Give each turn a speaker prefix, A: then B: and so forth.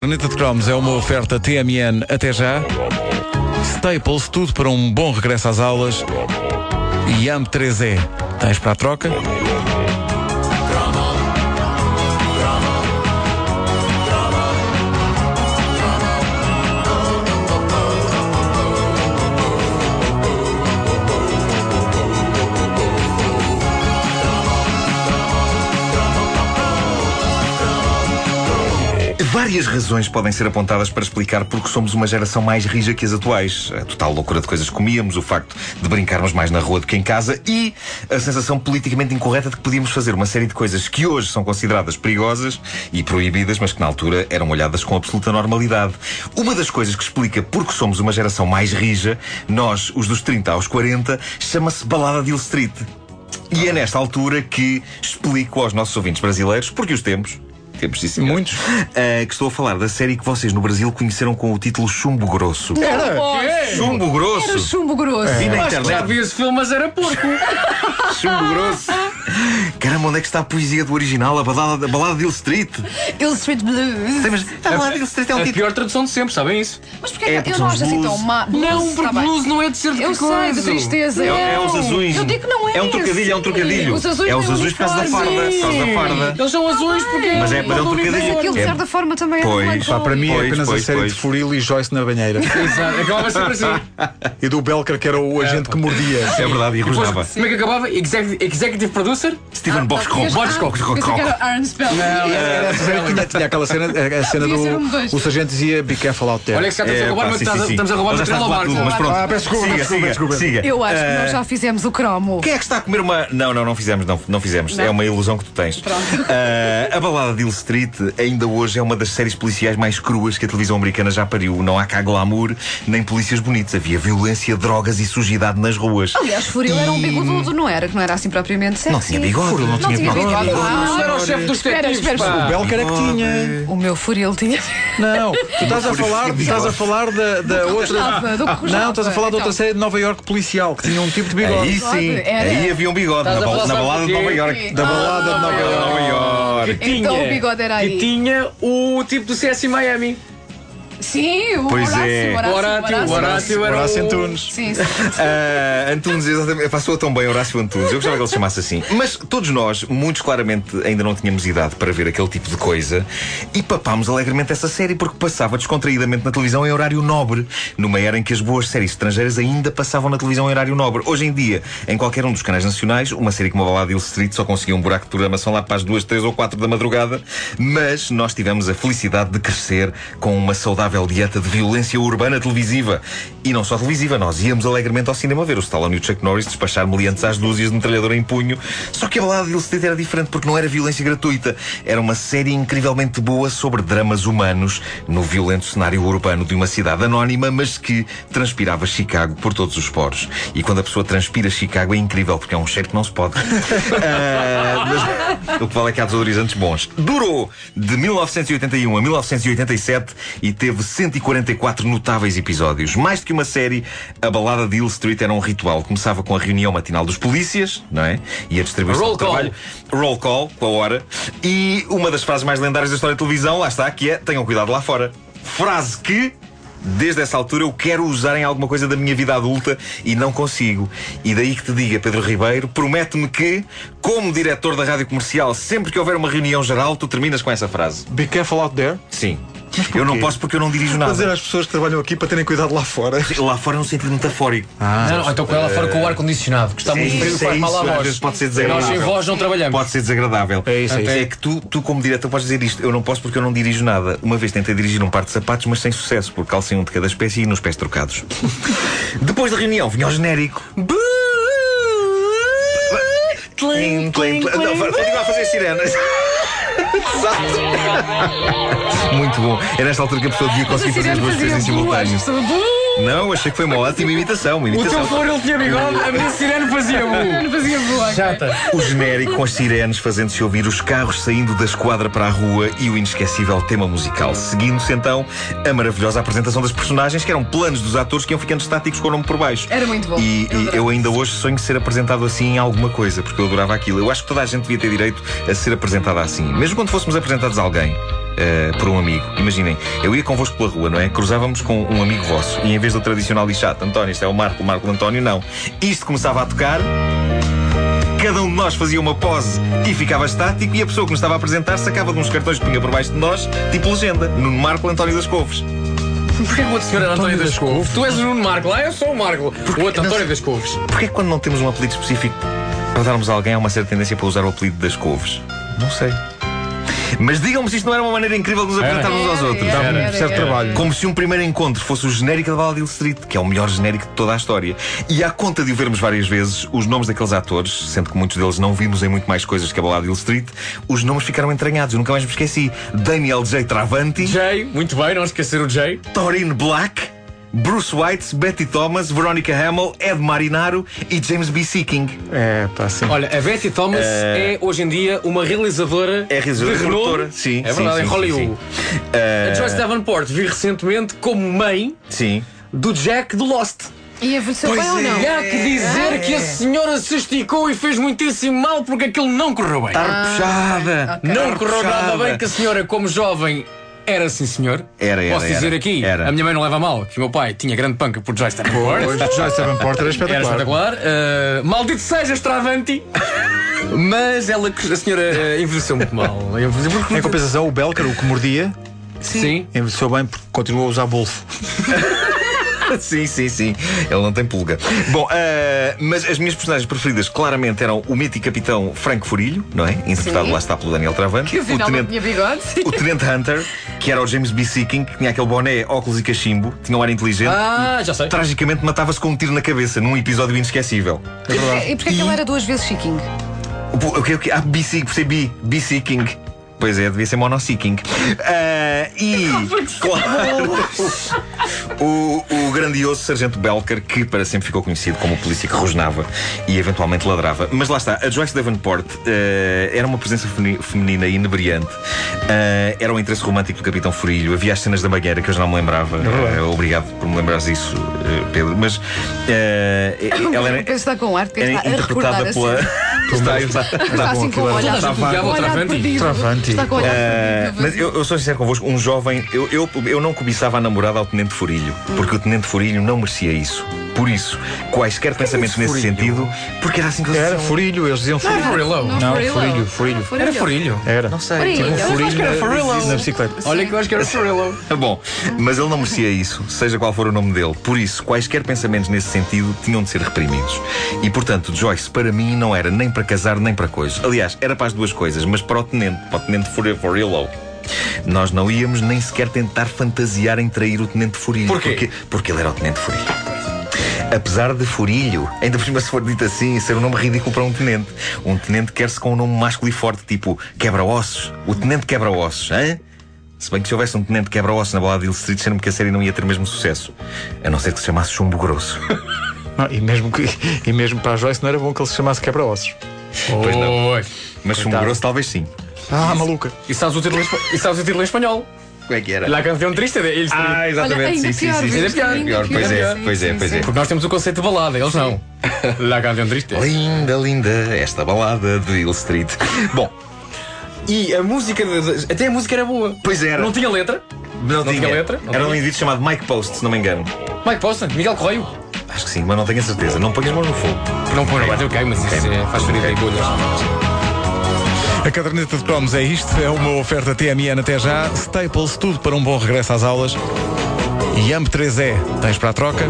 A: Planeta de Cromos é uma oferta TMN até já. Staples, tudo para um bom regresso às aulas. E Amp 3E, tens para a troca?
B: Várias razões podem ser apontadas para explicar porque somos uma geração mais rija que as atuais. A total loucura de coisas que comíamos, o facto de brincarmos mais na rua do que em casa e a sensação politicamente incorreta de que podíamos fazer uma série de coisas que hoje são consideradas perigosas e proibidas, mas que na altura eram olhadas com absoluta normalidade. Uma das coisas que explica porque somos uma geração mais rija, nós, os dos 30 aos 40, chama-se Balada de Hill Street. E é nesta altura que explico aos nossos ouvintes brasileiros porque os temos. Temos, sim, senhor.
A: Muitos.
B: Uh, que estou a falar da série que vocês no Brasil conheceram com o título Chumbo Grosso.
C: Era.
B: Chumbo
C: Era o
B: Grosso!
C: chumbo grosso.
B: Vi na
D: Já
B: internet.
D: vi esse filme, mas era pouco.
B: Chumbo Grosso! Caramba, onde é que está a poesia do original? A balada, a balada de Hill Street?
C: Hill Street Blues.
B: Sim, mas a balada de Hill Street é um
D: a
B: título.
D: pior tradução de sempre, sabem isso?
C: Mas porquê
B: É,
C: é,
B: porque
C: que eu
B: são
C: não
B: os
C: acho assim tão
B: blues.
C: má? Blues, tá bem.
D: não é de ser
C: Eu sei, de tristeza.
B: É, é os azuis.
C: Eu digo que não é
B: É um trocadilho, é um
C: esse.
B: trocadilho.
C: Os azuis
B: é os
C: têm
B: azuis por causa da
C: uniforme.
B: farda. Por causa da farda.
D: Eles são azuis porque.
B: Mas é- mas é um trocadilho.
C: Mas aquilo, de
B: É-
C: certa forma, também é
B: Pois,
A: Pá, para mim é
B: Pois,
A: apenas
B: pois,
A: a série
B: pois.
A: de Furilo e Joyce na banheira.
B: é-
D: Exato, acabava sempre assim.
B: Ah,
A: e do Belker, que era o agente que mordia.
B: É verdade, e
D: Depois,
B: rosnava.
D: como é que acabava? Executive, executive producer?
B: Steven Boxcom.
D: Boxcock.
C: Ah, Pensei que era Aaron Spelling.
A: Era a série que tinha- tinha aquela cena, a- a cena
C: Devia ser um
A: do.
C: dois.
A: O sargento dizia Be careful out there.
D: Olha que já estamos
B: É,
D: a roubar,
B: pá,
D: mas
B: sim, sim,
D: estás a-
B: sim.
D: estamos a roubar
B: Ele já está
D: material ao
B: a
D: barco.
B: tudo, mas pronto.
A: Ah, peço desculpa,
B: Siga,
A: peço desculpa,
B: siga,
A: desculpa.
B: siga.
C: Eu acho que nós
B: Eh,
C: já fizemos o cromo.
B: Quem é que está a comer uma. Não, não, não fizemos, não, não fizemos. É uma ilusão que tu tens. Ah, a balada de Hill Street ainda hoje é uma das séries policiais mais cruas que a televisão americana já pariu. Não há cá glamour, nem polícias bonitos. Havia violência, drogas e sujidade nas ruas.
C: Aliás, Furil era um bigodudo, não era? Que não era assim propriamente sexy.
B: Não tinha bigode, Furil não
C: Não
B: tinha
C: tinha
B: bigode.
C: bigode.
D: Não
C: Ah,
D: era o chefe dos
C: Espera, espera,
D: detetives,
A: O
D: pá.
A: Belker é que tinha.
C: O meu Furil tinha.
A: Não, tu estás a falar, tu estás a falar da, da outra.
C: gostava, do que
A: Não, estás a
C: gostava.
A: falar da outra
C: Então.
A: série de Nova York policial, que tinha um tipo de
B: Aí
A: bigode.
B: sim,
C: Era.
B: aí havia um bigode na,
D: Estás a
B: bal-
D: falar
B: na
D: sabe
B: balada
D: do
B: de
D: quê?
B: Nova York.
A: Da balada de Nova York.
D: Oh.
B: Nova York.
C: Então o bigode era
D: E
C: aí.
D: tinha o tipo do CS Miami.
C: Sim, o
B: Pois
C: Horácio,
B: é.
D: O Horácio,
C: Horácio.
D: o Horácio era.
A: Horácio
D: o-
A: Antunes.
C: Sim, sim.
B: Ah, Antunes, exatamente. Passou tão bem Horácio Antunes. Eu gostava que ele se chamasse assim. Mas todos nós, muitos claramente, ainda não tínhamos idade para ver aquele tipo de coisa e papámos alegremente essa série porque passava descontraídamente na televisão em horário nobre, numa era em que as boas séries estrangeiras ainda passavam na televisão em horário nobre. Hoje em dia, em qualquer um dos canais nacionais, uma série como a Balada Hill Street só conseguia um buraco de programação lá para as duas, três ou quatro da madrugada, mas nós tivemos a felicidade de crescer com uma saudável dieta de violência urbana televisiva. E não só televisiva, nós íamos alegremente ao cinema ver o Stallone e o Chuck Norris despachar meliantes às dúzias de metralhador em punho. Só que a balada de Hill Street era diferente porque não era violência gratuita. Era uma série incrivelmente boa sobre dramas humanos no violento cenário urbano de uma cidade anónima, mas que transpirava Chicago por todos os poros. E quando a pessoa transpira Chicago é incrível porque é um cheiro que não se pode. Ah, mas- o que vale é que há desodorizantes bons. Durou de 1981 a 1987 e teve 144 notáveis episódios. Mais do que uma série, a balada de Hill Street era um ritual. Começava com a reunião matinal dos polícias, não é? E a distribuição
D: Roll
B: de trabalho. Roll call, com a hora. E uma das frases mais lendárias da história da televisão, lá está, que é tenham cuidado lá fora. Frase que Desde essa altura eu quero usar em alguma coisa da minha vida adulta e não consigo. E daí que te diga, Pedro Ribeiro, promete-me que, como diretor da rádio comercial, sempre que houver uma reunião geral, tu terminas com essa frase.
A: Be careful out there.
B: Sim. Eu não posso porque eu não dirijo
A: Vou dizer
B: nada.
A: às pessoas que trabalham aqui para terem cuidado lá fora.
B: Lá fora é um sentido metafórico.
D: Não, não, então com ela fora com o ar-condicionado, que está muito
B: Sim,
D: frio,
B: é
D: faz mal
B: isso,
D: à
B: às
D: voz.
B: vezes pode ser
D: Nós sem
B: desagradável.
D: voz não trabalhamos.
B: Pode ser desagradável.
A: É isso, é isso.
B: que tu, tu, como diretor, podes dizer isto. Eu não posso porque eu não dirijo nada. Uma vez tentei dirigir um par de sapatos, mas sem sucesso, porque calcei um de cada espécie e nos pés trocados. Depois da reunião, vinha o genérico. Tlim, tlim, tlim. Não, fa- Continua a fazer sirenas. Exato. Muito bom. É nesta altura que a pessoa devia
C: Mas a
B: conseguir fazer as
C: Sirene
B: duas
C: fazia
B: coisas em
C: duas.
B: simultâneo. Não, achei que foi uma ótima imitação. Uma
D: O
B: imitação.
D: teu flor ele tinha bigode, a minha sirene fazia
C: Não
D: o.
C: fazia boa.
D: Chata.
B: O genérico com as sirenes fazendo-se ouvir os carros saindo da esquadra para a rua e o inesquecível tema musical. Seguindo-se então a maravilhosa apresentação das personagens, que eram planos dos atores que iam ficando estáticos com o nome por baixo.
C: Era muito bom.
B: E, e
C: Eu adorava.
B: eu ainda hoje sonho de ser apresentado assim em alguma coisa, porque eu adorava aquilo. Eu acho que toda a gente devia ter direito a ser apresentada assim. Mesmo quando fôssemos apresentados a alguém, eh, por um amigo. Imaginem, eu ia convosco pela rua, não é? Cruzávamos com um amigo vosso e em vez do tradicional lixado, António, isto é o Marco, o Marco António, não. Isto começava a tocar. Cada um de nós fazia uma pose e ficava estático e a pessoa que nos estava a apresentar sacava de uns cartões que punha por baixo de nós, tipo legenda, Nuno Marco António das Couves.
D: Porquê que o outro senhor era António das Couves? Tu és o Nuno Marco, lá eu sou o Marco. O outro António das Couves.
B: Porquê que quando não temos um apelido específico para darmos a alguém há uma certa tendência para usar o apelido das couves? Não sei. Mas digam-me se isto não era uma maneira incrível de nos apresentarmos uns aos
C: Era,
B: outros.
C: era, Dava um era,
E: certo era. trabalho.
B: Como se um primeiro encontro fosse o genérico da Valladolid Street, que é o melhor genérico de toda a história. E à conta de o vermos várias vezes, os nomes daqueles atores, sendo que muitos deles não vimos em muito mais coisas que a Valladolid Street, os nomes ficaram entranhados. Eu nunca mais me esqueci. Daniel J. Travanti.
D: Jay, muito bem, não esquecer o Jay.
B: Torin Black, Bruce White, Betty Thomas, Veronica Hamill, Ed Marinaro e James B. Seeking.
E: É, pá, sim.
D: Olha, a Betty Thomas é, hoje em dia uma realizadora
B: Eh, É realizadora
D: de
B: e
D: renome.
B: produtora. Sim,
D: é
B: sim,
D: verdade,
B: sim,
D: em
B: sim,
D: Hollywood.
B: sim. Eh,
D: A Joyce Davenport vi recentemente como mãe
B: sim.
D: do Jack do Lost.
C: E envelheceu
B: Pois
C: bem ou
B: é.
C: não?
D: E há que dizer que a senhora se esticou e fez muitíssimo mal porque aquilo não correu bem.
C: Ah,
B: Estar puxada.
D: Não correu nada
B: puxada.
D: bem que a senhora, como jovem, era sim senhor.
B: Era, era,
D: Posso dizer
B: era.
D: aqui,
B: Era.
D: a minha mãe não leva a mal, que o meu pai tinha grande panca por Joyce Davenport.
E: Hoje já sabem porta era
D: Era
E: espetacular.
D: espetacular. Eh, maldito seja, Stravanti! Mas ela, a senhora eh, envelheceu muito mal. Envelheceu porque-
E: Em compensação, o Belcar, o que mordia,
D: Sim.
E: envelheceu bem porque continuou a usar bolfo.
B: Sim, sim, sim. Ele não tem pulga. Bom, eh, mas as minhas personagens preferidas claramente eram o mítico capitão Franco Furilho, não é? Interpretado
C: Sim.
B: lá está pelo Daniel Travante.
C: Que afinal
B: o
C: não
B: tenente
C: tinha bigode.
B: O Tenente Hunter, que era o James B. Seeking, que tinha aquele boné, óculos e cachimbo, tinha um ar inteligente.
D: Ah, já sei.
B: Tragicamente matava-se com um tiro na cabeça num episódio inesquecível.
C: E porquê é que ele era duas vezes chiquinho?
B: O po- o que- o que- Ah, B. Seeking, por ser B. B. Seeking. Pois é, devia ser Mono Seeking. Ah, e. claro. O, o grandioso Sargento Belker, que para sempre ficou conhecido como o polícia que rosnava e eventualmente ladrava. Mas lá está, a Joyce Davenport eh, era uma presença femini- feminina inebriante, Eh, era um interesse romântico do Capitão Furilho, havia as cenas da banheira que eu já não me
C: É
B: lembrava. Eh, obrigado por me lembrares disso, eh, Pedro. Mas eh, ela
C: Ela
B: era.
C: está com arte que
B: era
C: está a recordar
B: interpretada pela.
C: assim.
B: Está- está-
C: Está assim com o olhar
D: Toda a gente odiava o
C: olhar
D: Travanti.
C: perdido.
E: Travanti.
C: Está com o
B: Uh,
C: olhar
B: mas
C: perdido.
B: eu, eu sou sincero convosco, um jovem, eu, eu, eu não cobiçava a namorada ao Tenente Furilho, porque o Tenente Furilho não merecia isso. Por isso, quaisquer pensamentos nesse sentido, porque era assim que eles
E: Era
A: um
B: são.
E: Um furilho, eles diziam
D: Era
E: furilho.
D: Furilão.
C: Não,
E: Não,
C: Furillo.
E: furilho, furilho.
C: Furillo.
D: Era Furilho.
E: Era.
B: Não sei.
A: Tipo
C: Furilho.
E: Um
C: Eu acho
E: furilho
C: que era
E: na-
C: furillo.
E: na, na bicicleta.
D: Olha que eu acho que era Furilão.
B: Tá Bom, mas ele não merecia isso, seja qual for o nome dele. Por isso, quaisquer pensamentos nesse sentido tinham de ser reprimidos. E portanto, Joyce, para mim, não era nem para casar nem para coisas. Aliás, era para as duas coisas, mas para o tenente, para o tenente Furillo. Furillo, Nós não íamos nem sequer tentar fantasiar em trair o tenente Furilho.
D: Porquê?
B: Porque, porque ele era o tenente Furilho. Apesar de Furilho, ainda por cima se for dito assim, ser um nome ridículo para um tenente. Um tenente quer-se com um nome másculo e forte, tipo quebra-ossos. O tenente quebra-ossos, hein? Se bem que se houvesse um tenente quebra-ossos na balada de Hill Street, cheiro-me que a série não ia ter o mesmo sucesso. A não ser que se chamasse Chumbo Grosso.
E: Não, e, mesmo que, e mesmo para a Joyce não era bom que ele se chamasse quebra-ossos.
B: Pois não.
D: Oi.
B: Mas Chumbo Grosso talvez sim.
E: Ah, maluca.
D: E sabes o título, em espa- e sabes o título em espanhol?
B: Como é que era?
D: La canción triste de eles.
B: Ah,
C: Olha,
B: exatamente. sim,
C: ainda
B: sim,
C: pior,
B: sim, sim.
C: ainda
B: sim.
D: pior,
B: pior.
D: ainda
B: Pois é,
C: pior.
B: pois é,
C: Sim,
B: pois
C: sim,
B: é.
D: Porque nós temos o conceito de balada, eles não. La canción triste.
B: Linda, linda esta balada de Hill Street. Bom,
D: E a música, de- até a música era boa.
B: Pois era.
D: Não tinha letra.
B: não,
D: tinha letra? Não
B: Era um
D: tinha.
B: indivíduo chamado Mike Post, se não me engano.
D: Mike Poston, Miguel Correio.
B: Acho que sim, mas não tenho a certeza. Não ponhas mãos no fogo.
D: Não põe, mas eu caio, mas isso é, faz ferida em bolhas.
A: A caderneta de cromos é isto, é uma oferta TMN até já. Staples, tudo para um bom regresso às aulas. Yamp 3E, tens para a troca.